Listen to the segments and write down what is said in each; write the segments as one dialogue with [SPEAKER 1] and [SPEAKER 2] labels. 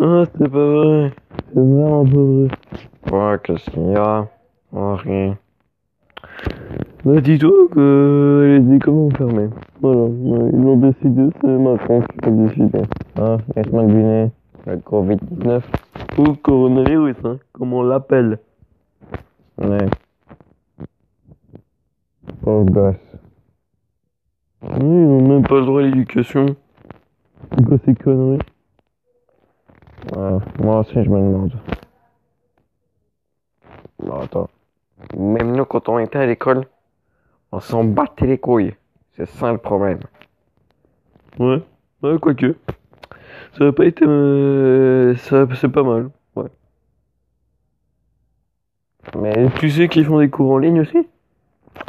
[SPEAKER 1] Ah, c'est pas vrai. C'est vraiment pas vrai. Ouais, qu'est-ce qu'il y a Oh, rien. Bah, dis-toi que euh, elle était comment fermée. Voilà, ouais, ils l'ont décidé, c'est Macron qui l'a décidé.
[SPEAKER 2] Ah, laisse-moi deviner. Le Covid-19.
[SPEAKER 1] Ou coronavirus, hein, comme on l'appelle.
[SPEAKER 2] Ouais. Pauvre gosse.
[SPEAKER 1] Oui, on n'a même pas le droit à l'éducation. C'est quoi ces conneries
[SPEAKER 2] Ouais, moi aussi, je me demande. Non, attends. Même nous, quand on était à l'école, on s'en battait les couilles. C'est ça le problème.
[SPEAKER 1] Ouais, ouais, quoique. Ça n'a pas été. euh, ça, c'est pas mal. Ouais.
[SPEAKER 2] Mais,
[SPEAKER 1] Tu sais qu'ils font des cours en ligne aussi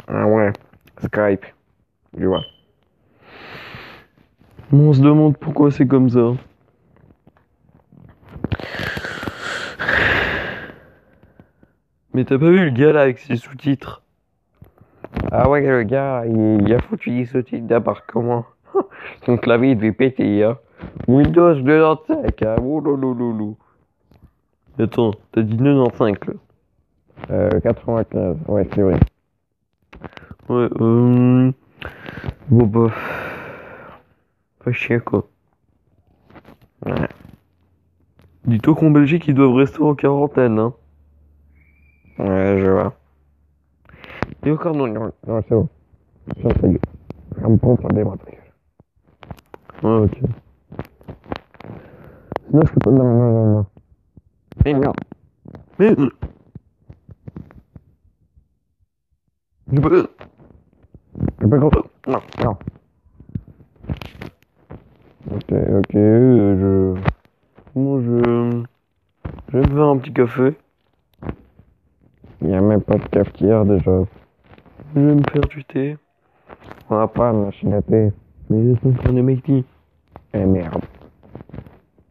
[SPEAKER 2] ah ouais, Skype. Tu vois.
[SPEAKER 1] On se demande pourquoi c'est comme ça. Mais t'as pas vu le gars là avec ses sous-titres
[SPEAKER 2] Ah ouais, le gars, il, il a foutu des sous-titres d'appartement. Donc la vie devait péter, hein. Windows 95, hein. Ouloulouloulou.
[SPEAKER 1] Attends, t'as dit 95 là.
[SPEAKER 2] Euh, 95, ouais, c'est vrai.
[SPEAKER 1] Ouais, euh. Bon bah. Pas chier quoi.
[SPEAKER 2] Ouais.
[SPEAKER 1] Dis-toi qu'en Belgique ils doivent rester en quarantaine hein.
[SPEAKER 2] Ouais, je vois. Et encore, non, non, non, c'est bon. Je suis en Ça me prend par des matrices.
[SPEAKER 1] Ouais, ok.
[SPEAKER 2] Non, je peux pas. Non, non, non, non. Mais Eh, non.
[SPEAKER 1] Mais. euh. Je peux.
[SPEAKER 2] Je peux comprendre. Non, non. Ok, ok, euh, je.
[SPEAKER 1] Moi je. Je vais me faire un petit café.
[SPEAKER 2] Il n'y a même pas de cafetière déjà.
[SPEAKER 1] Je vais me faire du thé.
[SPEAKER 2] On n'a pas de machine à thé.
[SPEAKER 1] Mais laisse-moi faire des mecs
[SPEAKER 2] Eh merde.